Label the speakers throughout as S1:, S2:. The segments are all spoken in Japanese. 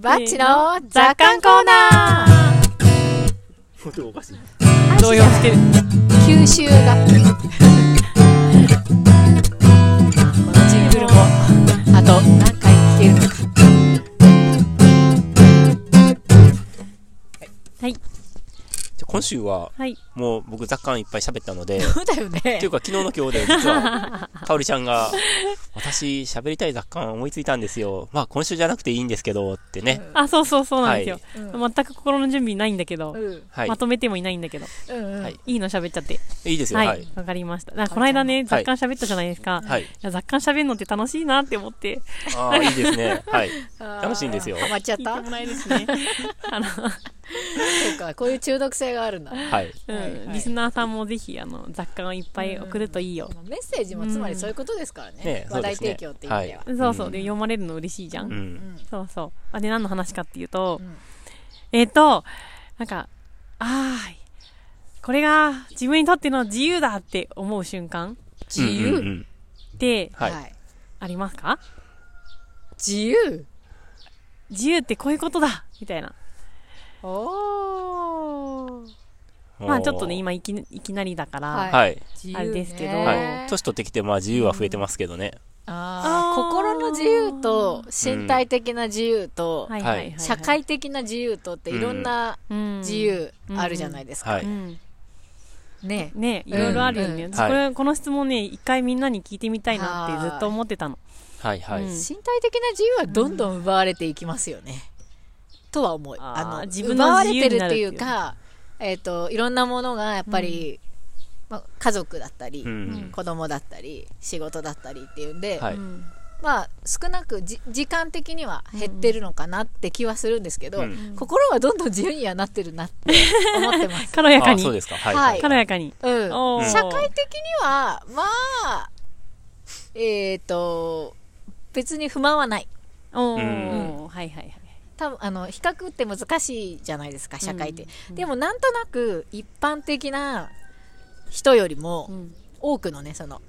S1: バッチの雑感コーナー
S2: 音がおかしい。
S3: 動揺してる。
S1: 九州が
S3: このジングルも、あと何回聞けるのか。
S2: じゃあ今週は、
S3: はい。
S2: もう僕雑感いっぱい喋った ので、
S3: そうだよね
S2: っていう。か昨日の今日で 実は、かおりちゃんが、私喋りたい雑感思いついたんですよ。まあ今週じゃなくていいんですけど、ってね。
S3: あ、そうそうそうなんですよ。
S1: うん
S3: 全く心の準備ないんだけど
S1: う、ん
S2: はい
S3: ま。とめてもいないんだけど、
S1: うんうん
S2: はい
S3: いいの喋っちゃって。
S2: いいですよ、
S3: は
S2: はい
S3: い。。わかりました。だからこの間ね、
S2: はい
S3: 雑感喋ったじゃないですか。
S2: はい。
S3: いや雑感喋るのって楽しいなって思って、
S2: ああ、いいですね。はい。
S1: あー
S2: 楽しいんですよ
S1: ハマっちゃっ
S3: 聞い
S1: た
S3: てもらえるしね。あの、
S1: そうかこういう中毒性があるんだ
S2: はい。
S1: はい
S3: うん
S1: はい
S3: リスナーさんもぜひ、あの、雑感をいっぱい送るといいよ。
S1: メッセージもつまりそういうことですからね,、
S2: ね
S1: 話題
S2: そうで
S1: 提
S2: すね
S1: 供っていう意味では、
S3: そうそう。で、読まれるの嬉しいじゃ。
S2: うんん。
S1: うん
S3: そうそう。あ、で、何の話かっていうと
S1: うん、
S3: えっと、なんか、あーい、これが自分にとっての自由だって思う瞬間
S1: 自由、
S2: うんうんうん
S3: って
S2: はい。
S1: はい
S3: ありますか
S1: 自由
S3: 自由ってこういうことだみたいな。
S1: おー
S3: まあちょっとね、
S2: おー。
S3: 今いきいきなりだから、
S1: は
S2: はい。
S1: 自由、ね、
S3: あれですけど
S2: はい。年取ってきて、まあ自由は増えてますけどね。
S1: あー
S3: あー
S1: 心の自由と身体的な自由と、
S3: はいい
S2: は
S3: はいい
S2: はい
S3: はい。
S1: 社会的な自由とっていろんな自
S3: 自、
S1: 由あるじゃないですか、
S2: はい。
S3: うん
S1: ね
S3: ねいろいろあるよね。
S1: うん
S3: 私これ、この質問ね、一回みんなに聞いてみたいなってずっと思ってたの。
S2: はいはい。
S3: うん
S1: 身体的な自由はどんどん奪われていきますよね、とは思う
S3: あー
S1: あの
S3: 自分
S1: 奪
S3: の
S1: わ
S3: 自
S1: れ
S3: 由
S1: て
S3: に
S1: る
S3: な
S1: っ
S3: るっててい
S1: いううかえっ、といろんなものがやっぱり、まあ、家族だったり、
S2: うん
S1: 子供だったり仕事だったりっていうんで、
S2: はい
S3: うん。
S1: まあ少なくじ時間的には減ってるのかなって気はするんですけど、
S2: うん
S1: 心はどんどん自由にはなってるなって思ってます
S3: 軽やか
S2: あーそう
S3: に。
S2: ですか。はい。
S1: はい
S2: はい
S3: 軽やかに。
S1: うん、
S3: おー
S1: 社会的にはまあえっ、と別に不満はない
S3: お
S2: う
S3: ー、はいはいはい。
S1: 多分あの比較って難しいじゃないですか社会って、
S3: うん
S1: でもなんとなく一般的な人よりも、
S3: うん
S1: 多くのねその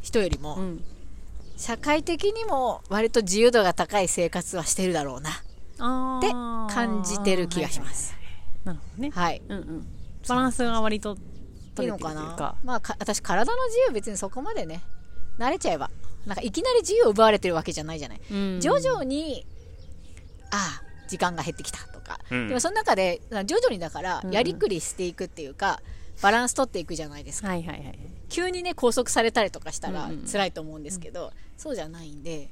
S1: 人よりも、
S3: うん
S1: 社会的にも割と自由度が高い生活はしてるだろうな
S3: あー
S1: って感じてる気がします。
S3: はいはいはいなるほどね。
S1: はい
S3: うんうん。バランスが割と
S1: いい
S3: 取れ
S1: の
S3: てる
S1: か
S3: という
S1: な
S3: か。
S1: まあか私体の自由別にそこまでね慣れちゃえばなんかいきなり自由を奪われてるわけじゃないじゃない、
S3: うん
S1: 徐々にああ時間が減ってきたとか、
S2: うん
S1: でもその中でな徐々にだから
S3: うん
S1: やりくりしていくっていうか、バランス取っていくじゃないですか
S3: はいはいはい。
S1: 急にね拘束されたりとかしたら
S3: うんうん
S1: 辛いと思うんですけど、そうじゃないんで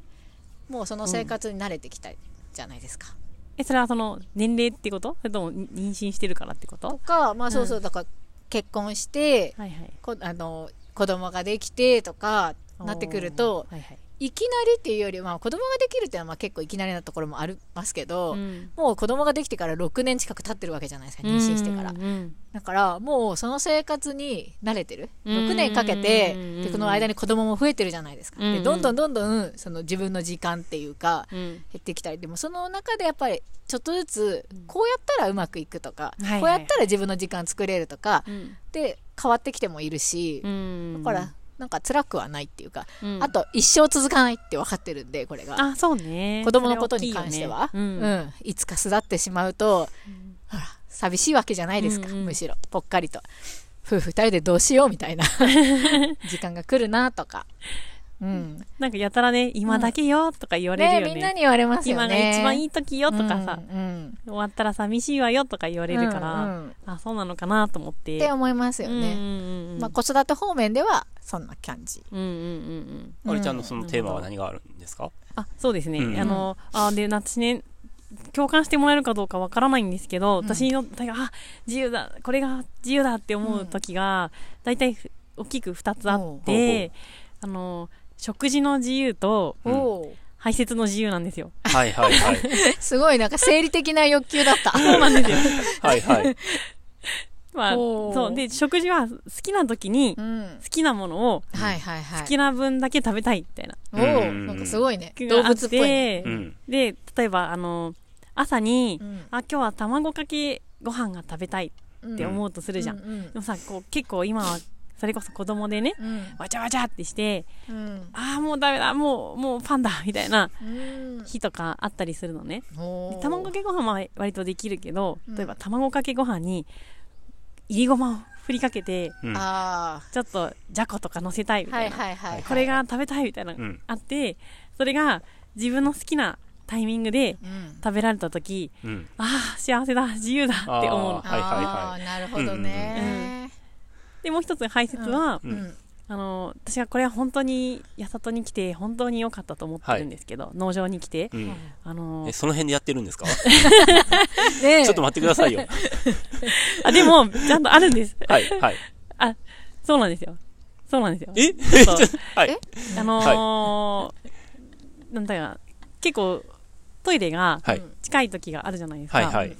S1: もうその生活に慣れてきたじゃないですか、
S3: え、それはその、年齢ってことそれともに妊娠してるからってこと
S1: とかまあそうそうだから結婚して、
S3: はいはい。
S1: こあの子供ができてとかなってくると
S3: おーはいはい。
S1: いきなりっていうよりは子供ができるっていうのはまあ結構いきなりなところもありますけど、
S3: うん
S1: もう子供ができてから6年近く経ってるわけじゃないですか妊娠してから、
S3: うんうん
S1: だからもうその生活に慣れてる
S3: うん
S1: 6年かけてでこの間に子供も増えてるじゃないですか
S3: うんう
S1: で
S3: ん
S1: どんどんどんどんその自分の時間っていうか
S3: うんうん
S1: 減ってきたりでもその中でやっぱりちょっとずつこうやったらうまくいくとか、
S3: はいはい
S1: こうやったら自分の時間作れるとか
S3: うん
S1: で変わってきてもいるし、
S3: うん
S1: だからなんか辛くはないっていうか、
S3: うん
S1: あと一生続かないって分かってるんでこれが
S3: あそうね
S1: 子供のことに関しては
S3: それ大きいよね
S1: うんいつか巣立ってしまうと、ほら寂しいわけじゃないですか、
S3: うんうん
S1: むしろぽっかりと夫婦二人でどうしようみ たいな時間が来るなとか、うん
S3: なんかやたらね今だけよとか言われ
S1: ね
S3: るよね,、
S1: みんなに言われますよ
S3: 今が
S1: ね
S3: 一番い
S1: い
S3: い時よとかさ、
S1: うんうん
S3: 終わったら寂しいわよとか言われるから、
S1: うんうんっ
S3: あそうなのかなと思って
S1: て思いますよ
S3: うん
S1: ね、
S3: うんうん
S1: まあ、子育て方面ではそんな感じ
S3: うんうんうん
S2: あれちゃんのそのテーマは何があるんですか
S3: あそうですね、
S2: うん
S3: あのあで私ね共感してもらえるかどうかわからないんですけど、
S1: うん
S3: 私のだからあ自由だこれが自由だって思う時が、大体ふ大きく2つあってあの食事の自由と
S2: うん
S1: おー
S3: 排泄の自由なんですよ。
S2: はいはいはい。
S1: すごいなんか生理的な欲求だった。
S3: そうなんですよ。
S2: はいはい。
S3: まあ、
S1: おー
S3: そう。で、食事は好きな時に
S1: う
S3: 好
S1: ん。
S3: きなものを
S1: はいはいはい。
S3: 好きな分だけ食べたいみたいな。
S1: お
S2: う
S1: ー
S2: ん
S1: なんかすごいね。動
S3: があ
S1: 物っぽいね。
S3: て
S2: うん。
S3: で、例えば、あの、朝に、
S1: うん
S3: あ、今日は卵かけご飯が食べたいって思うとするじゃん。
S1: うんうん
S3: でもさ、こう、結構今はそれこそ子供でね、
S1: うん
S3: わちゃわちゃってして、
S1: うん
S3: ああ、もうダメだ、もう、もうパンだ、みたいな
S1: うん
S3: 日とかあったりするのね。で
S1: おー
S3: 卵かけご飯は割とできるけど、
S1: うん
S3: 例えば卵かけご飯に、いりごまを振りかけて、
S2: うん。
S1: あ
S3: ちょっとじゃことか乗せたいみ
S1: あ
S3: たいな。
S1: はいはいはい
S3: これが食べたいみたいなの
S2: う
S3: が
S2: ん
S3: あって、それが自分の好きなタイミングで
S1: うん
S3: 食べられた時
S2: うん。
S3: ああ幸せだ自由だって思うの
S2: あはいはいはい
S1: あーなるほどね
S3: でもう一つの排泄は、
S2: うん
S1: うん
S3: あの私はこれは本当に八里に来て本当に良かったと思ってるんですけど、農場に来て
S2: う。
S1: うんん
S3: あの
S2: え、その辺でやってるんですかち
S1: ねえ
S2: ょっと待ってくださいよ。
S3: あでもちゃんとあるんです
S2: はい、はい。
S3: そうなんですよそうなんですよ
S2: え
S3: ちょっと
S2: はい。
S3: あのーなんだか結構トイレが
S2: はい。
S3: 近い時があるじゃないですか、
S2: はい、はい。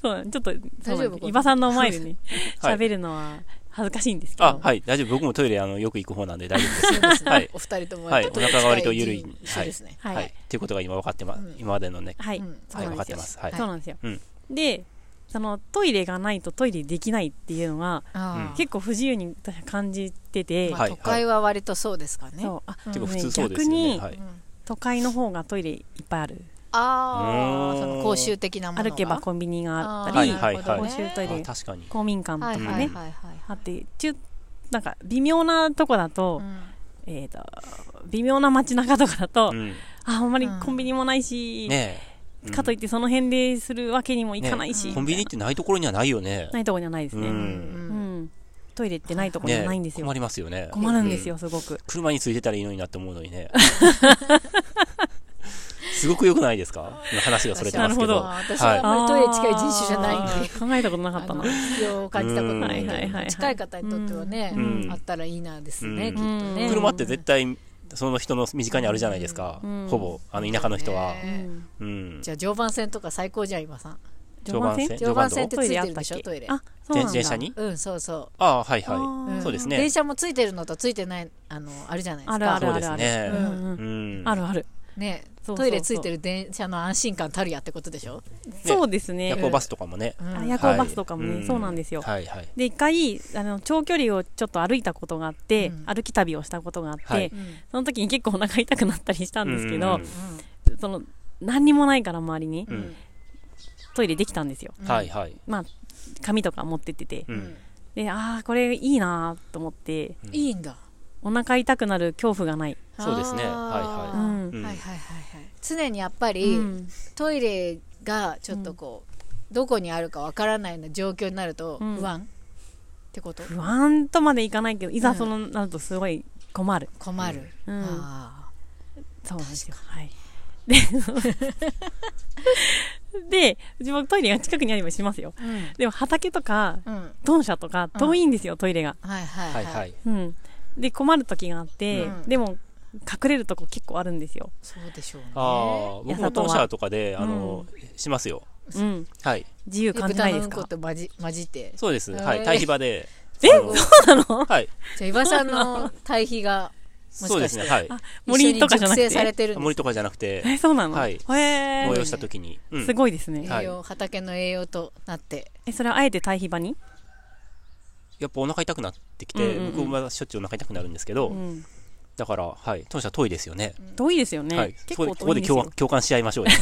S3: そうちょっとそう
S1: 大丈
S3: なんで
S1: 夫
S3: す伊庭さんの前でね
S2: はい
S3: 喋るのは恥ずかしいんですけど、
S2: あ、はい。大丈夫。僕もトイレ、あの、よく行く方なんで大丈夫です。
S1: そうです
S2: はい
S1: ねお二人とも
S2: はい
S1: とても
S2: お腹が割と緩い
S1: 近人一緒ですね
S3: はい、
S2: はい。っていうことが今分かってま
S1: うん、
S2: 今までのね。
S3: はい、
S1: うん
S3: そうなん
S2: はい分か
S3: です
S2: って
S3: よ
S2: ますはい
S3: そうなんですよ、
S2: うん
S3: でそのトイレがないとトイレできないっていうのが
S1: あー
S3: 結構不自由に私は感じてて、
S1: ま
S2: は
S1: あ
S2: い
S1: 都会は割とそうですかね
S3: そうあ
S2: て
S1: う
S2: か
S1: ん
S2: 普通そうです
S3: 逆
S2: よね。
S3: に
S2: は
S1: う
S2: い。
S1: ん
S3: 都会の方がトイレいっぱいある
S1: あ
S2: うー
S1: あ
S2: ん
S1: その公衆的なものが
S3: 歩けばコンビニがあった
S2: は
S3: り、
S2: いはいはい
S3: 公衆トイレ
S2: あ確かに。
S3: 公民館とか
S1: はい
S3: ね、
S1: はいはいはい
S3: あって中なんか微妙なとこだと,、えー、と微妙な街中とかだと、
S2: うん。
S3: ああんまりコンビニもないし、
S2: ねえ。
S3: かとい
S2: い
S3: ってその辺でするわけにもいかないし、
S1: ね
S2: コンビニってないところにはないよね。
S3: ないとこにはないですね、
S2: う
S3: うんんトイレってないとこにはないんですよ、
S2: 困りますよね。
S3: 困るんですよすごく、
S2: 車についてたらいいのになって思うの にね。すごく良くないですか今話がそれてますけ
S3: な
S2: ど。
S3: る
S1: あ
S2: は
S1: ー私はあんまりトイレ近い人種じゃないん
S3: あ
S1: で
S3: ー考えたことなかった
S1: あの
S3: な
S1: 必要を感じたことない
S2: うんはい
S1: け
S2: はい
S3: はい
S1: ど近い方にとってはね、
S2: うん
S1: あったらいいなですね、
S2: うん
S1: きっとね
S3: うん
S2: 車って絶対、その人の身近にあるじゃないですか。
S3: うん
S2: ほぼ、あの、田舎の人は。
S1: ね
S3: うん
S2: うん。
S1: じゃあ常磐線とか最高じゃん今さん
S2: 常磐線
S1: 常磐線って
S3: ト
S1: つ
S3: イ
S1: い
S3: レ
S1: て
S3: あっ
S1: る
S3: た
S1: で
S3: っ
S1: しょ
S3: け
S1: トイレ
S3: あそうなんだ
S2: 電電車に
S1: うんそうそ
S2: ああ、はいは
S1: う、
S2: い。
S1: ん
S2: そうですね
S1: 電車もついてるのとついてないあのあるじゃないですか
S3: あるある
S2: そう
S3: あ
S2: で
S3: る
S2: す
S3: ある
S2: ね
S3: う。んう
S2: うんん。
S3: あるある
S1: ね
S3: そうそうそう
S1: トイレついてる電車の安心感たるやってことでしょ、
S3: そうですね
S2: 夜行バスとかもね。
S1: うん
S3: あ夜行バスとかもね
S2: はい
S3: そうなんですよ
S2: はいはい。
S3: で一回あの長距離をちょっと歩いたことがあって、
S1: うん
S3: 歩き旅をしたことがあって、
S2: はい
S1: うん
S3: その時に結構お腹痛くなったりしたんですけど、
S2: うん
S3: その何にもないから周りに
S1: うん
S2: うん
S3: トイレできたんですよ
S2: はいはい。
S3: 紙とか持ってってて、
S2: う
S1: うん
S2: ん。
S3: でああこれいいなーと思って
S2: うん
S1: いいんだ
S3: お腹痛くなる恐怖がない、
S2: そうですね
S1: あー
S2: はい
S3: はいうん
S1: はいはいはいはい常にやっぱり、
S3: うん
S1: トイレがちょっとこう、どこにあるかわからないような状況になると
S3: うん
S1: 不安、ってこと
S3: 不安とまでいかないけどいざ
S1: うん
S3: そのなるとすごい困る、
S1: 困る、
S3: うん
S1: あ
S3: そうなんですよはい でで自分トイレが近くにありばしますよ
S1: ーうん
S3: でも畑とか
S1: うん
S3: 豚舎とか遠いんですよ、トイレが
S1: はいはいは、
S2: はいいはい。
S3: うんで困る時があって、
S1: うん
S3: でも隠れるとこ結構あるんですよ、
S1: そうでしょうね
S2: ああ、僕もトンシャーとかで、あの、しますよ。
S3: うん、
S2: はい。
S3: 自由
S1: え
S3: 感じな
S1: 豚
S3: いで
S1: のう
S3: す
S1: んこ
S3: か
S1: と混じ混じって
S2: そうです。
S1: えー
S2: はい。対比場で。
S1: え
S2: あの
S3: そうなの
S2: はい。
S1: じゃあ伊庭さんの対比がもしかして
S2: そうですね。はい。
S3: 森とかじゃなく
S1: 一緒に熟成され
S3: て
S1: てるんです
S2: 森とかじゃなくて、
S3: えそうなの、
S2: はい
S3: へえ
S2: 応用した時に。うん
S3: すごいですね、
S2: はい
S1: 栄養畑の栄養となって
S3: えそれはあえて対比場に、
S2: やっぱお腹痛くなってき
S3: う
S2: て
S3: んうんう、ん
S2: 僕もしょっちゅうお腹痛くなるんですけど、
S3: ん、
S2: だから、はい。トンシャー遠いですよね。
S3: 遠いですよね、
S2: はい。
S3: 結
S2: そこ
S3: 構
S2: でここ
S3: 遠い
S2: で
S3: んですよ
S2: 共感共感し合いましょう ね。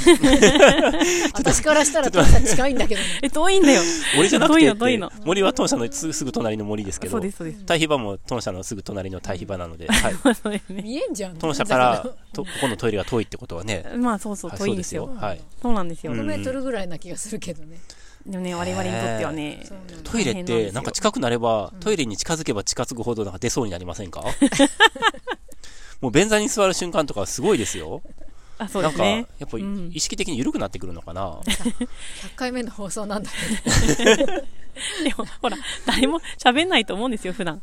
S1: 私からしたらトンシャ近いんだけどね
S3: え遠いんだよ
S2: 森じゃなく
S3: 遠い
S2: てっ
S3: の遠い
S2: て
S3: の、
S2: 森はトンシャのすすぐ隣の森ですけ
S3: そ
S2: ど
S3: うで、すそうです
S2: 対比場もトンシャのすぐ隣の対比場なので、はい。
S3: そうですね
S1: 見えん じゃん
S2: トンシ ャからとここのトイレが遠いってことはね、
S3: まあそうそう
S2: はい
S3: 遠いんですよ,、
S2: そうですよはい。
S3: そうなんですよ、
S2: うん
S1: 100メートルぐらいな気がするけどね、
S3: でもね我々にとってはね
S1: そうなんだ
S2: トイレ
S3: 大変
S2: っ
S3: なんです
S2: て
S3: よ
S2: なんか近くなれば、
S1: うん
S2: トイレに近づけば近づくほどなんか出そうになりませんか もう便座に座る瞬間とかすごいですよ。
S3: あそう
S2: な
S3: で
S2: ん
S3: す
S2: か、や
S3: ね
S2: っぱ
S3: う
S2: り
S3: ん
S2: 意識的に緩くなってくるのかな。
S1: 100回目の放送なんだけ
S3: でもほら誰も喋んないと思うんですよ普段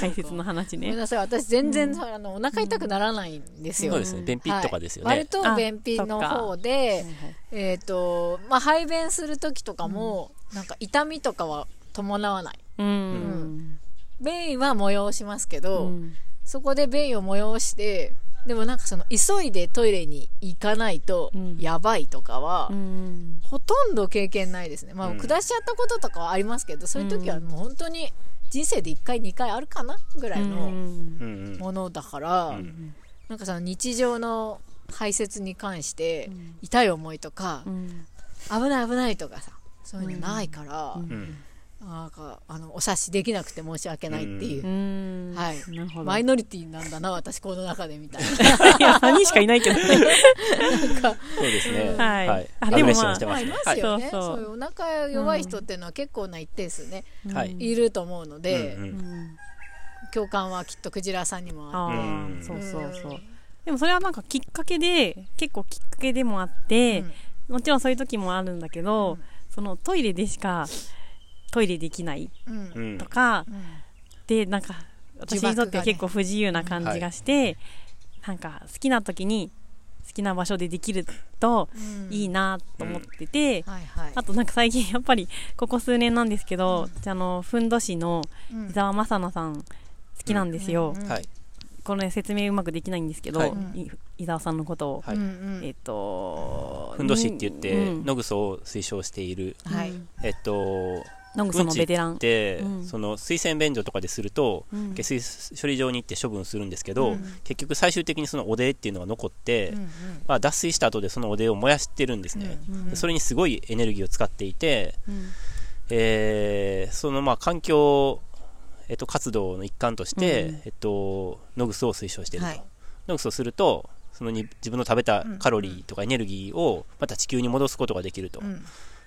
S3: 解説の話
S1: どごめん
S3: ね
S1: なさい私全然、あのお腹痛くならないんですよ、
S2: そうですね、
S3: うん
S2: 便秘とかですよね。
S1: はい、割と便秘の方でえっ、とまあ排便する時とかも、なんか痛みとかは伴わない
S3: うん
S1: 便意は催しますけ
S3: う
S1: ど、
S3: ん
S1: そこで便意を催してでもなんかその急いでトイレに行かないと
S3: うん
S1: やばいとかは、
S3: うん
S1: ほとんど経験ないですねまあ
S2: うん
S1: 下しちゃったこととかはありますけど、そういう時はもう本当に人生で1回2回あるかなぐらい
S3: うん
S1: の
S2: うんうん
S1: ものだから、
S2: うん
S1: なんかその日常の排泄に関して
S3: うん
S1: 痛い思いとか
S3: う、ん
S1: 危ない危ないとかさそういうのないから、
S3: うん
S2: うん
S1: なんかあのお察しできなくて申し訳ないっていう
S3: う、ん
S1: はい
S3: なるほど
S1: マイノリティなんだな私この中でみたい
S3: いや3人しかいないけどね
S2: そうですね。
S3: はい
S2: はい。
S3: あでもまあ
S2: アグレッシブにして
S1: な、
S2: ま
S1: い
S2: すね。
S1: ま
S2: は
S1: す
S2: い。
S1: よね、
S3: そうそう
S1: そういうお腹弱い人っていうのは結構な一定数ね、
S2: はい
S1: いると思うので、
S2: うんう
S3: うんん
S1: 共感はきっとクジラさんにもあっ
S3: あ
S1: て
S3: ー
S2: うん
S3: そうそうそううんでもそれはなんかきっかけで結構きっかけでもあって、もちろんそういう時もあるんだけど、
S1: うん
S3: そのトイレでしかトイレできない
S1: うんうん
S2: うん
S3: とか、
S1: うん
S3: でなんか私にとっては結構不自由な感じがして、なんか好きな時に好きな場所でできると
S1: うん
S3: いいなと思ってて、
S1: はいはい
S3: あとなんか最近やっぱりここ数年なんですけど、じゃあのふんどしの
S1: うん
S3: 伊沢雅奈さん好きなんですよ、
S1: うん
S2: はい。
S3: これ説明うまくできないんですけど、
S2: はい
S3: い伊沢さんのことを、
S2: はい
S1: うんうん
S3: えっと
S2: ふんどしって言って、
S3: うん
S2: 野草を推奨している、
S1: はい
S2: えっと、
S3: ノングソのベテラ
S2: うん
S3: ン
S2: ちって
S3: うん
S2: その水洗便所とかですると、
S3: うん
S2: 下水処理場に行って処分するんですけ
S1: う
S2: ど、
S1: ん
S2: 結局最終的にその汚泥っていうのが残って、
S1: うん
S2: まあ、脱水した後でその汚泥を燃やしてるんですね、
S3: うん
S2: でそれにすごいエネルギーを使っていて、
S3: うん
S2: えーそのまあ環境、えっと、活動の一環として、
S3: うん
S2: えっと、ノグスを推奨していると、
S1: はい
S2: ノグスをするとそのに自分の食べたカロリーとかエネルギーをまた地球に戻すことができると、
S1: うん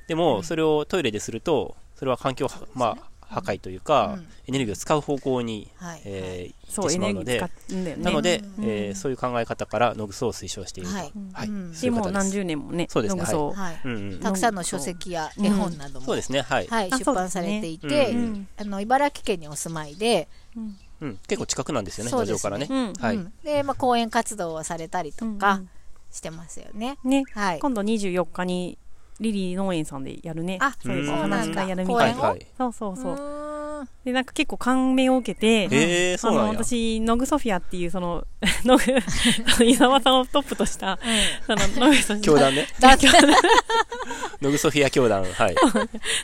S2: でもそれをトイレでするとそれは環境は、まあ、破壊というか、
S1: うん
S2: エネルギーを使う方向に、
S1: はい
S2: えー行っ
S3: そ
S2: て
S3: うエ
S2: しま
S3: ネ
S2: う
S3: ル
S2: の
S3: ギー
S2: で
S3: 使うんだよね
S2: なので、
S1: うん
S2: えーそういう考え方からノグスを推奨していると、
S1: は
S2: はいい
S1: うん
S2: そう
S3: で
S2: いう
S3: も
S2: 方
S3: う
S2: で
S3: 何
S2: す、
S3: 十年もね
S2: そうですね
S3: ノグソを
S1: はい
S2: うんうん、
S1: たくさんの書籍や絵本なども
S2: そうですねはい、
S1: はい
S3: あ
S1: 出版されてい
S2: そうです
S1: て
S2: ねうん
S1: あの茨城県にお住まいで
S3: うん
S2: うん、結構近くなんですよね
S1: そう
S2: 農
S1: ですね
S2: 場からね、
S3: うん
S2: はい、
S1: うんでまあ講演活動をされたりと
S3: う
S1: か
S3: ん
S1: してますよね
S3: ね
S1: はい
S3: 今度24日にリリー農園さんでやるね
S1: あ
S3: そういううんお話がやるみ
S1: 公
S3: た
S2: は
S3: いうな
S2: 園んを
S3: そうそうそうう
S1: ー ん
S3: でなんか結構感銘を受けて
S2: へえ
S3: あ
S2: そう
S3: の
S2: なんや
S3: 私ノグソフィアっていうその ノグ 伊沢さんをトップとしたそのノグソフィ
S2: 教
S3: ア
S2: 団ね
S1: だって
S2: ノグソフィア教団はい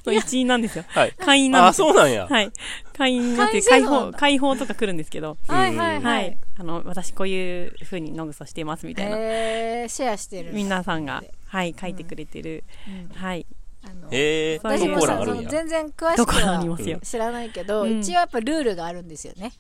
S3: の一員なんですよ
S2: はい
S3: 会員なん
S2: あ
S3: ですよ
S2: そうなんや
S3: はい会員になって
S1: 会員
S3: 解
S1: 制度なん
S3: 放
S1: だ
S3: 解放とか来るんですけど
S1: はいはい
S3: は
S1: はいい
S3: あの私こういう風にノグソしてますみたいな
S1: えーシェアしてる
S3: みんなさんが
S1: で
S3: はい書いてくれてる
S1: うん
S3: はい
S1: あの
S2: へえ
S3: そういう
S1: 私
S2: ど
S1: も
S2: こら
S1: さそ
S2: ある
S1: の
S2: んや
S1: 全然詳し
S3: と
S1: く
S3: ころあり
S1: は
S3: ますよ
S1: 知らないけど、
S3: うん
S1: 一応やっぱルールがあるんですよね。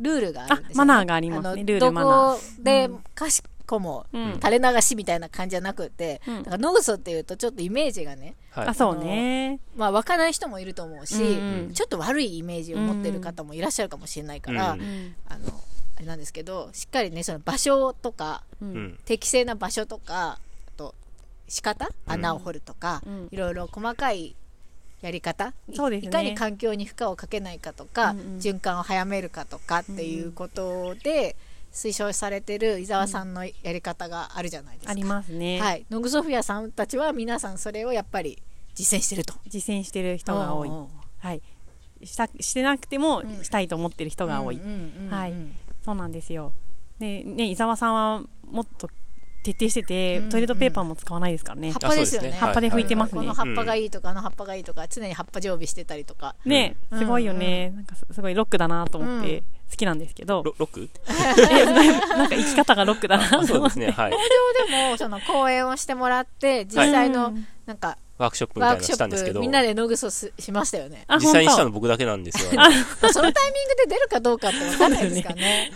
S1: ルールがあるんですよ、ね。
S3: あマナーがありますね
S1: あの
S3: ルールマナー
S1: どこでかしこも
S3: うん
S1: 垂れ流しみたいな感じじゃなくて、
S3: うん
S1: だからノグソっていうとちょっとイメージがね、
S2: はい
S3: あそうね
S1: まあ湧かない人もいると思うし、
S3: うんうん
S1: ちょっと悪いイメージを持ってる方もいらっしゃるかもしれないから、
S2: うん
S1: あの、あれなんですけど、しっかりね、その場所とか、
S3: うん
S2: うん
S1: 適正な場所とか、あと、仕方穴を掘るとか、
S3: うん
S1: いろいろ細かいやり方い
S3: そうですね
S1: いかに環境に負荷をかけないかとか、
S3: うんうん
S1: 循環を早めるかとかっていうことで推奨されてる伊沢さんのやり方があるじゃないですか。
S3: ありますね
S1: はい、ノグソフィアさんたちは皆さんそれをやっぱり実践してると。
S3: 実践してる人が多い
S1: うん
S3: はいしたしてなくても
S1: うん
S3: したいと思ってる人が多い
S1: うんうんうんうん
S3: はいそうなんですよでね伊沢さんはもっと徹底してて
S1: うん
S3: トイレットペーパーも使わないですからね
S1: 葉っぱですよね。
S2: あそうですね葉
S3: っぱで拭いてますね
S1: この葉っぱがいいとか、あの葉っぱがいいとか、常に葉っぱ常備してたりとか。
S3: ね
S1: うん
S3: すごいよねなんかすすごいロックだなと思っ
S1: う
S3: て
S1: ん
S3: 好きなんですけど
S2: ロロック
S3: なんか生き方がロックだ
S2: あ
S3: なと
S2: そう
S3: 思
S2: で
S3: っ
S2: す
S3: て
S2: ねはい
S1: でも、その講演をしてもらって、実際
S3: う
S1: の
S3: ん、
S1: なんか、
S2: ワークショップみた
S1: ワー
S2: いな
S1: ク
S2: の
S1: シ
S2: し
S1: ョ
S2: たんです
S1: ッ
S2: け
S1: プ
S2: ど
S1: みんなでノグソししましたよね。
S3: あ
S2: 実際にしたの
S3: 本
S2: 僕だけなんですよ
S1: まあそのタイミングで出るかどうかって分かんないですから ね。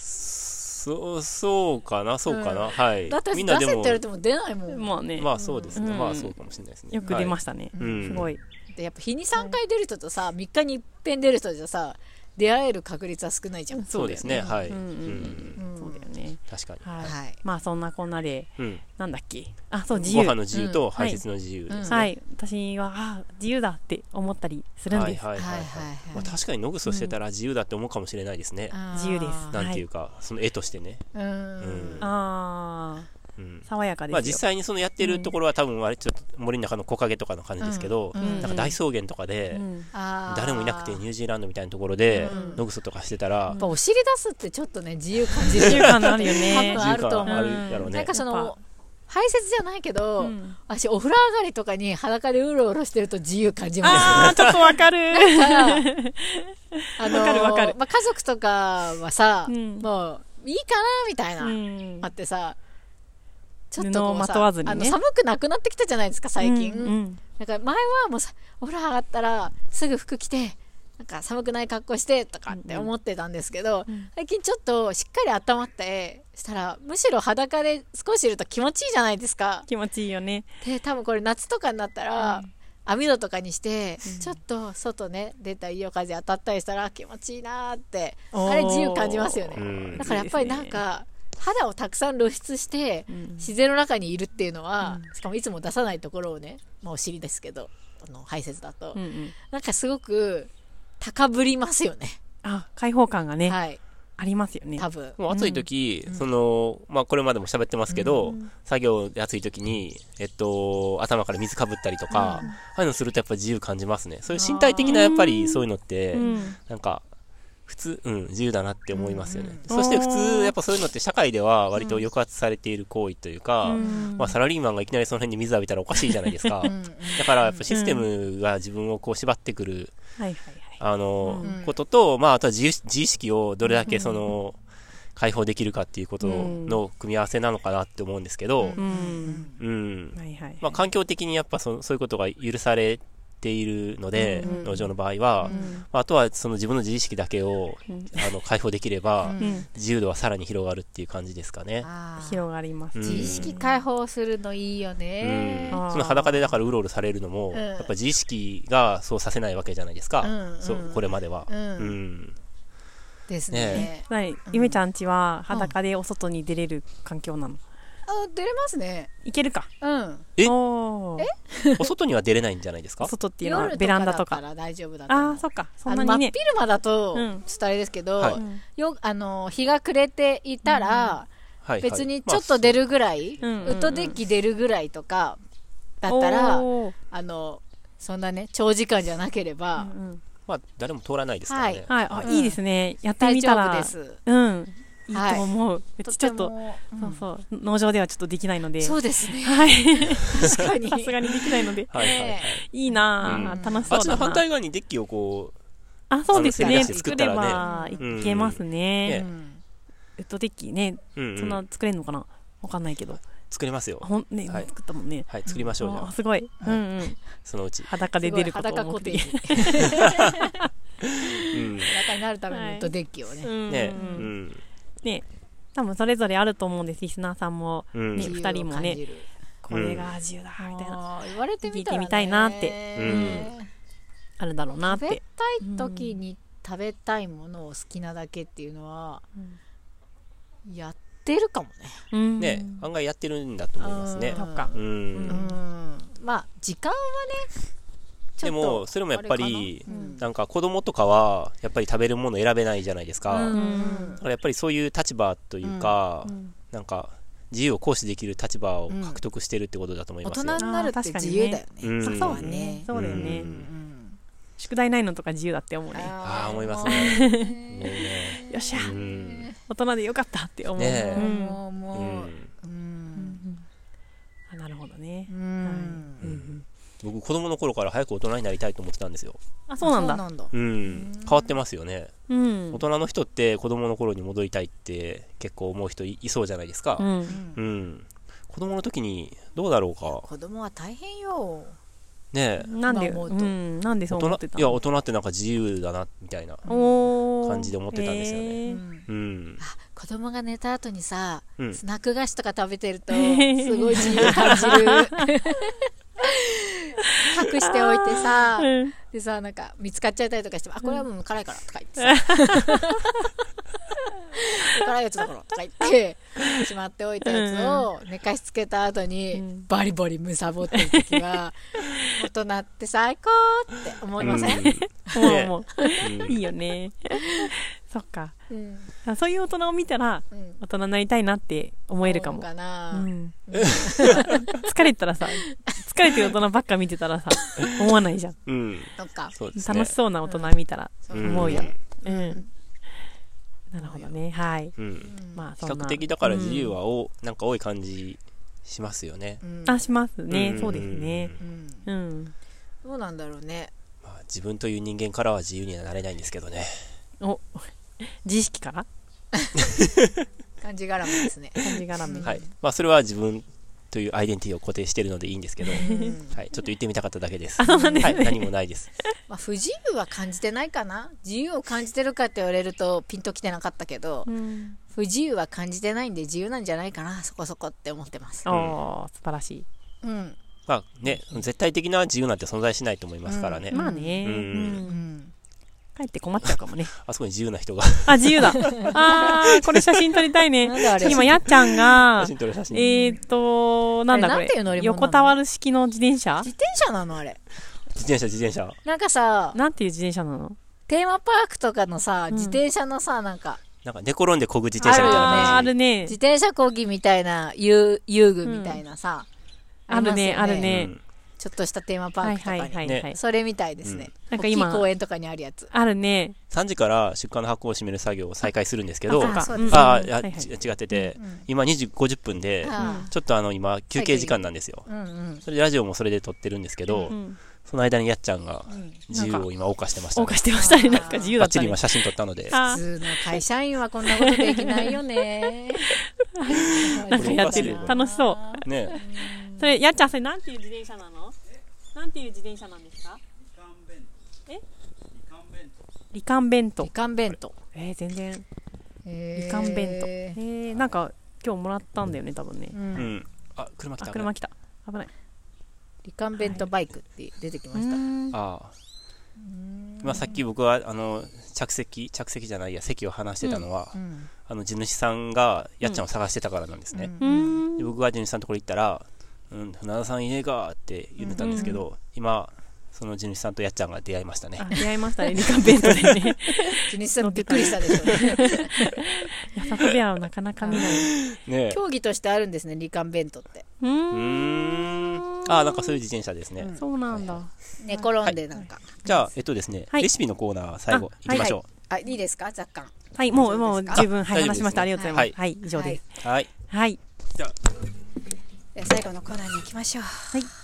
S2: そうそうかなそうかな、
S1: うん
S2: はい
S1: だって出
S2: み
S1: せ
S2: ん
S1: って言
S2: なでも
S1: われても出ないも
S3: 当
S1: ん。
S3: まあね
S2: まあそうですね、
S3: うん
S2: まあそうかもしれないですね
S3: よく出ま
S2: し
S3: したね
S2: た、うん、
S3: すごい
S1: でやっぱ日に3回出る人とさ、3日に一遍出る人じゃさ、出会える確率は少ないじゃん。
S2: そうですねはい、
S3: う
S2: うんん
S3: うんうんそうだよね
S2: 確かに、
S3: はい
S1: はい。
S3: まあそんなこんなで
S2: うん、
S3: なんだっけあそう自
S2: ご
S3: 由
S2: 飯の自由
S1: う
S2: と
S1: ん
S2: 排泄の自由ですね、
S1: うん
S3: はい私はあ自由だって思ったりするんです
S2: はいはい
S1: は
S2: はい、
S1: いはい
S2: は
S1: はい
S2: いまあ、確かにノグソしてたら自由だって思うかもしれないですね、
S3: 自由です
S2: なんていうか、その絵としてね、
S1: う
S2: うん
S1: ん。
S3: あ
S2: うん
S3: あ爽やかですよ
S2: まあ、実際にそのやってるところは多分あれちょっと森の中の木陰とかの感じですけど、
S1: うん
S3: うん
S2: なんか大草原とかで、
S3: うん
S1: 誰
S2: 誰もいなくてニュージーランドみたいなところで、
S1: うん
S2: ノグソとかしてたら、
S1: やっぱお尻出すってちょっとね自由感じ
S3: 自
S1: る
S3: 由
S1: よ
S3: 感あるよ ね
S1: 多分
S2: 自由感あるやろう
S3: うん
S2: ね
S1: なんかそ
S3: やっぱ
S1: の排泄じゃないけど、
S3: うん
S1: 私お風呂上がりとかに裸でうろうろしてると自由感じます
S3: ああ、ちょっとわか る。
S1: あの
S3: わかるわかる
S1: まあ、家族とかはさ、
S3: うん
S1: もういいかなみたいな、
S3: うん
S1: あってさちょっとこう
S3: 布を
S1: さ
S3: まとわずにね
S1: あの寒くなくなってきたじゃないですか最近、
S3: うんうん
S1: なんか前はもうさお風呂上がったらすぐ服着てなんか寒くない格好してとかって思ってたんですけど、
S3: うん
S1: 最近ちょっとしっかり温まってしたらむしろ裸で少しいると気持ちいいじゃないですか
S3: 気持ちいいよね。
S1: で多分これ夏とかになったら、
S3: うん
S1: 網戸とかにして、ちょっと外ね出た夜風当たったりしたら気持ちいいなーって
S3: おー
S1: あれ自由感じますよ
S2: う
S1: ね
S2: ん
S1: だ。からやっぱりなんか肌をたくさん露出して、
S3: うん
S1: 自然の中にいるっていうのは、しかもいつも出さないところをね、まあ、お尻ですけどあの排泄だと、
S3: うんうん
S1: なんかすごく高ぶりますよね
S3: あ、開放感がね、
S1: はい
S3: ありますよね。
S1: 多分
S2: もう暑い時、その、まあ、これまでも喋ってますけど、作業で暑い時に、えっと、頭から水かぶったりとか、ああいうのするとやっぱ自由感じますね。そういう身体的なやっぱりそういうのって、
S3: うん
S2: なんか、普通、うん、自由だなって思いますよね。
S1: うん
S2: そして普通、やっぱそういうのって社会では割と抑圧されている行為というか、
S3: うん
S2: まあサラリーマンがいきなりその辺に水浴びたらおかしいじゃないですか。
S1: うん
S2: だからやっぱシステムが自分をこう縛ってくる、
S3: はいはいはい。
S2: あの、
S1: うん
S2: ことと、まああとは自由自意識をどれだけその、解放できるかっていうことの組み合わせなのかなって思うんですけど、
S1: う
S3: うん。
S2: うん。
S3: はいはい。
S2: まあ、環境的にやっぱそそういうことが許されているので、
S3: うん
S2: 農場の場合は、
S3: ん
S2: まあ、あとはその自分の自意識だけを、
S3: うん
S2: あの解放できれば、
S1: うん
S3: うん
S2: 自由度はさらに広がるっていう感じですかね。
S1: あー
S3: 広がります。
S2: うん
S1: 自意識解放するのいいよね、
S2: うん
S3: あー
S2: その裸でだからうろうろされるのも、
S1: ん
S2: やっぱ自意識がそうさせないわけじゃないですか、
S1: うん
S2: そうこれまでは。
S1: うん
S2: うん
S1: です
S2: ね
S1: ね
S3: はい、ゆめちゃんちは裸でお外に出れる環境なの。
S1: あ出れますね
S3: いけるか。
S1: うん
S2: え
S3: おー
S2: お外には出れないんじゃないですか
S3: 外っていうの
S1: 夜
S3: はベランダと
S1: だ
S3: か。
S1: ったら大丈夫だと思う
S3: ああ、そっか。そ
S1: あ
S3: ん
S1: の
S3: な
S1: 真
S3: に
S1: っ
S3: ね。
S1: 昼間だと、
S3: うん
S1: ちょっとあれですけど、
S2: はい
S1: よあの日が暮れていたら、
S2: はいはい
S1: 別にちょっと出
S2: まあ
S1: るぐらい、
S3: うんうんう
S1: ウ
S3: ん
S1: ッドデッキ出るぐらいとかだったら、
S3: おー
S1: あのそんなね長時間じゃなければ、
S3: うんうん
S2: まあ、誰も通らないですからね。
S3: はい、あ、
S1: うん
S3: いいですね。やって
S1: 大
S3: みた
S1: 丈
S3: ら。
S1: 夫です。
S3: うん。いいと思う。う
S1: と
S3: ちちょっ
S1: て
S3: と、
S1: もう
S3: そうんそう、農場ではちょっとできないので。
S1: そうですね
S3: はい。
S1: 確かに
S3: さすがにできないので。
S2: はいはいはい
S3: いいなあ、
S1: うん
S3: 楽しそ
S2: あ
S3: う
S2: っちの
S3: だ
S2: 反
S3: な。
S2: 対側にデッキをこう、
S3: あ、そうです
S1: あの
S3: ね。
S1: せり出して
S2: 作
S3: 作
S2: った
S3: れ
S2: ら
S3: ば
S1: ね
S3: いけます
S2: うん
S3: ね
S2: ね。
S3: ウッドデッキね、
S2: うんうん
S3: そんな作れるのかなわかんないけど。
S2: 作れますよ。
S3: ほん、ね、
S2: はい
S3: 作ったもんね。
S2: はい、作りましょうじゃ
S3: あ
S2: あ、
S3: すごい。うんうん。
S2: そのうち。
S3: 裸で出ること
S1: すごい裸
S3: を目
S1: コテ
S3: 的
S1: ー
S3: に
S1: ジ
S2: うん
S1: 裸になるためのウッドデッキをね、
S3: うん
S2: ね、
S3: う
S2: うんん。
S3: ね多分それぞれあると思うんです、リスナーさんも。
S2: う
S3: ね
S2: ん。
S3: 二人もね
S1: 自由を感じる
S3: これが自由だ、みたいな。
S1: あー言われてみたら、ね、
S3: 聞いてみたいなって
S2: うん
S3: あるだろうなっ
S1: 食べ
S3: て。
S1: たい時に食べたいものを好きなだけっていうのは
S3: うん
S1: やってるかもね、
S3: うん
S2: ね、案外やってるんだと思いますね
S1: あ。
S3: そっか
S2: う。。
S1: うんん、まあ時間はねちょ
S2: で
S1: っと
S2: も、それもやっぱり
S1: あれか、なうん
S2: なんか子供とかは、やっぱり食べるもの選べないじゃないですか。
S3: う
S2: だ
S3: ん
S2: からやっぱりそういう立場というか、なんか、自由を行使できる立場を獲得してるってことだと思い
S1: 大
S2: ま
S1: 人
S2: す
S1: に
S2: よ。
S1: なるって自由だよね
S2: うん
S3: あ
S1: そ
S3: そうう
S1: は
S3: ね
S1: ね。
S3: そうだよね。
S2: う
S1: うんん
S3: 宿題ないのとか自由だって思うね。
S2: ああ、思います
S1: も
S2: ね。
S1: う
S2: もう
S1: ね
S2: ね
S3: よっしゃ、
S2: うん。
S3: 大人でよかったって思う。
S2: ね
S3: うん
S1: もう
S2: う
S1: もうんうん
S3: あなるほどね
S1: う。ん
S3: うん
S2: 僕、子供の頃から早く大人になりたいと思ってたんですよ。
S3: あ、そうなんだ。
S1: だ
S2: うん。変わってますよね。
S3: うん
S2: 大。人の人って子供の頃に戻りたいって結構思う人いいそうじゃないですか。
S3: うん
S1: うん
S2: うん。子供の時にどうだろうか。
S1: 子供は大変よ
S2: ねえ。
S3: なんで、
S1: 今思う
S3: う
S1: と
S3: ん、なんでそう
S2: 大
S3: 思っ
S2: 人
S3: てた
S2: いや、大人ってなんか自由だな、みたいな。
S3: おー
S2: 感じで思ってたんですよね
S3: へ
S1: う
S3: ー
S1: ん
S2: うん。
S1: あ子供が寝た後にさ、
S2: うん
S1: スナック菓子とか食べてると
S3: へー
S1: すごい自由感じる 隠しておいてさ
S3: うん
S1: でさなんか見つかっちゃったりとかしても「あこれはもう辛いから」とか言ってさ 辛いやつだからとか言ってしまっておいたやつを寝かしつけた後に、
S3: うん
S1: バリバリむさぼってる時 は大人って最高って思いません、
S3: もう、も
S2: うん
S3: う、いいよね。そっか。
S1: うん
S3: そういう大人を見たら、
S1: うん
S3: 大人になりたいなって思えるか
S1: 思
S3: も
S1: う。かな、
S3: うん、疲れたらさ、疲れてる大人ばっか見てたらさ、思わないじゃん。
S2: うん。
S1: そっか
S2: そうですね。
S3: 楽しそうな大人見たら、思うよ。うん。なるほどね。はい。
S2: うん。
S3: まあ、
S2: 比
S3: そんな
S2: 較的だから自由はお、なんか多い感じしますよね。
S1: うん
S3: あしますね、
S2: ん
S3: そうですね。
S1: うん
S3: うん
S1: どうなんだろうね
S2: まあ、自分という人間からは自由にはなれないんですけどね。
S3: お自意識から
S1: 感じ絡みですね
S3: 漢字絡め、
S2: はい。まあ、それは自分というアイデンティティを固定してるのでいいんですけど、
S1: う
S2: は
S1: ん
S2: い。ちょっと言ってみたかっただけです。はい。何もないです。
S1: まあ不自由は感じてないかな自由を感じてるかって言われるとピンときてなかったけど
S3: うん、
S1: 不自由は感じてないんで自由なんじゃないかなそこそこって思ってます
S3: おー素晴らしい
S1: うん
S2: まあね、絶対的な自由なんて存在しないと思いますからね。
S1: うん
S3: まあね、
S2: う
S3: うんん
S1: うん
S3: 帰って困っちゃうかもね
S2: あそこに自由な人が
S3: あ自由 だあーこれ写真撮りたいね
S1: なんであれ
S3: 今やっちゃんが
S2: 写真撮る写真。
S3: えーっとなんだこ
S1: あれなんていう乗
S3: れ
S1: り物なの
S3: 横たわる式の自転車
S1: 自転車なのあれ
S2: 自転車、自転車。
S1: なんかさ
S3: なんていう自転車なの
S1: テーマパークとかのさ自転車のさなんか
S2: なんか寝転んでこぐ自転車みたいな
S3: あーあ
S2: 感じ。
S3: るね
S1: 自転車講義みたいな遊遊具みたいなさ、
S3: あるね
S1: りますよ
S3: あるね
S2: うん
S1: ちょっとしたテーマパ
S3: は
S1: ー
S3: い
S1: クとか
S3: は
S1: に、
S3: いはいは
S2: ね
S3: い
S1: それみたいですね、
S3: なんか
S1: 大
S3: 今
S1: きい公園とかにあるやつ
S3: あるね
S2: 3時から出荷の発行を締める作業を再開するんですけど、
S1: あそうです
S2: ああ、い
S3: うん
S2: や
S3: はいはい
S2: ち違ってて、
S1: うん
S2: 今2時50分で、
S1: あ
S2: ちょっとあの今休憩時間なんですよ。
S1: あうんうん
S2: それでラジオもそれで撮ってるんですけど、
S3: うん
S2: その間にやっちゃんが
S1: うん
S2: 自由を今謳歌してました、
S3: 謳
S2: ね。
S3: 歌してましたねなんか自由だ
S2: バ
S3: っ
S2: ッチ
S3: た
S2: リ
S3: ね
S2: 今写真撮ったので。
S1: 普
S3: あー
S1: 通の会社員はこんなことできないよね
S3: なんかやって
S2: これお
S3: る
S2: かしいよ
S3: 楽しそう
S2: ね
S3: それやっちゃんそれなんていう自転車なのなんていう自転車なんですかえリカン弁当
S1: みかん弁当
S3: えー、全然
S1: み
S3: みかん弁当えー、なんか今日もらったんだよね多分ね
S1: う
S2: うんん。あ、車来た。
S3: あ車来た危ない
S1: みかん弁当バイクって出てきました、
S2: ああ。まあさっき僕は、あの、着席、着席じゃないや、席を離してたのは、
S1: うん
S2: あの、地主さんがやっちゃんを探してたからなんですね。
S3: うーん
S2: で僕が地主さんのところ行ったら「うん船田さんいねえか」って言ってたんですけど、今その地主さんとやっちゃんが出会いましたね
S3: あ出会いましたねリカン弁当でね
S1: ジュニスさんびっくりしたでしょうね
S3: いやサトベアはなかなか見ないう
S2: ねえ
S1: 競技としてあるんですねみかん弁当って
S3: ー
S2: うんーんあなんかそういう自転車ですね、
S1: うん
S3: そうなんだ
S1: 寝転んでなんか、
S2: じゃあえっとですね、
S3: はい
S2: レシピのコーナー最後
S3: あ
S2: 行きましょ
S1: あいいですか雑感
S3: はいもうも
S1: そう
S3: う
S1: ですか
S3: 十分はい
S2: 大丈夫
S3: 話しましたあり
S2: で
S3: がと
S2: すね
S3: うございます
S2: は
S3: はい以上です
S2: うはいう
S3: はい。
S1: じゃあ最後のコーナーに行きましょう。はい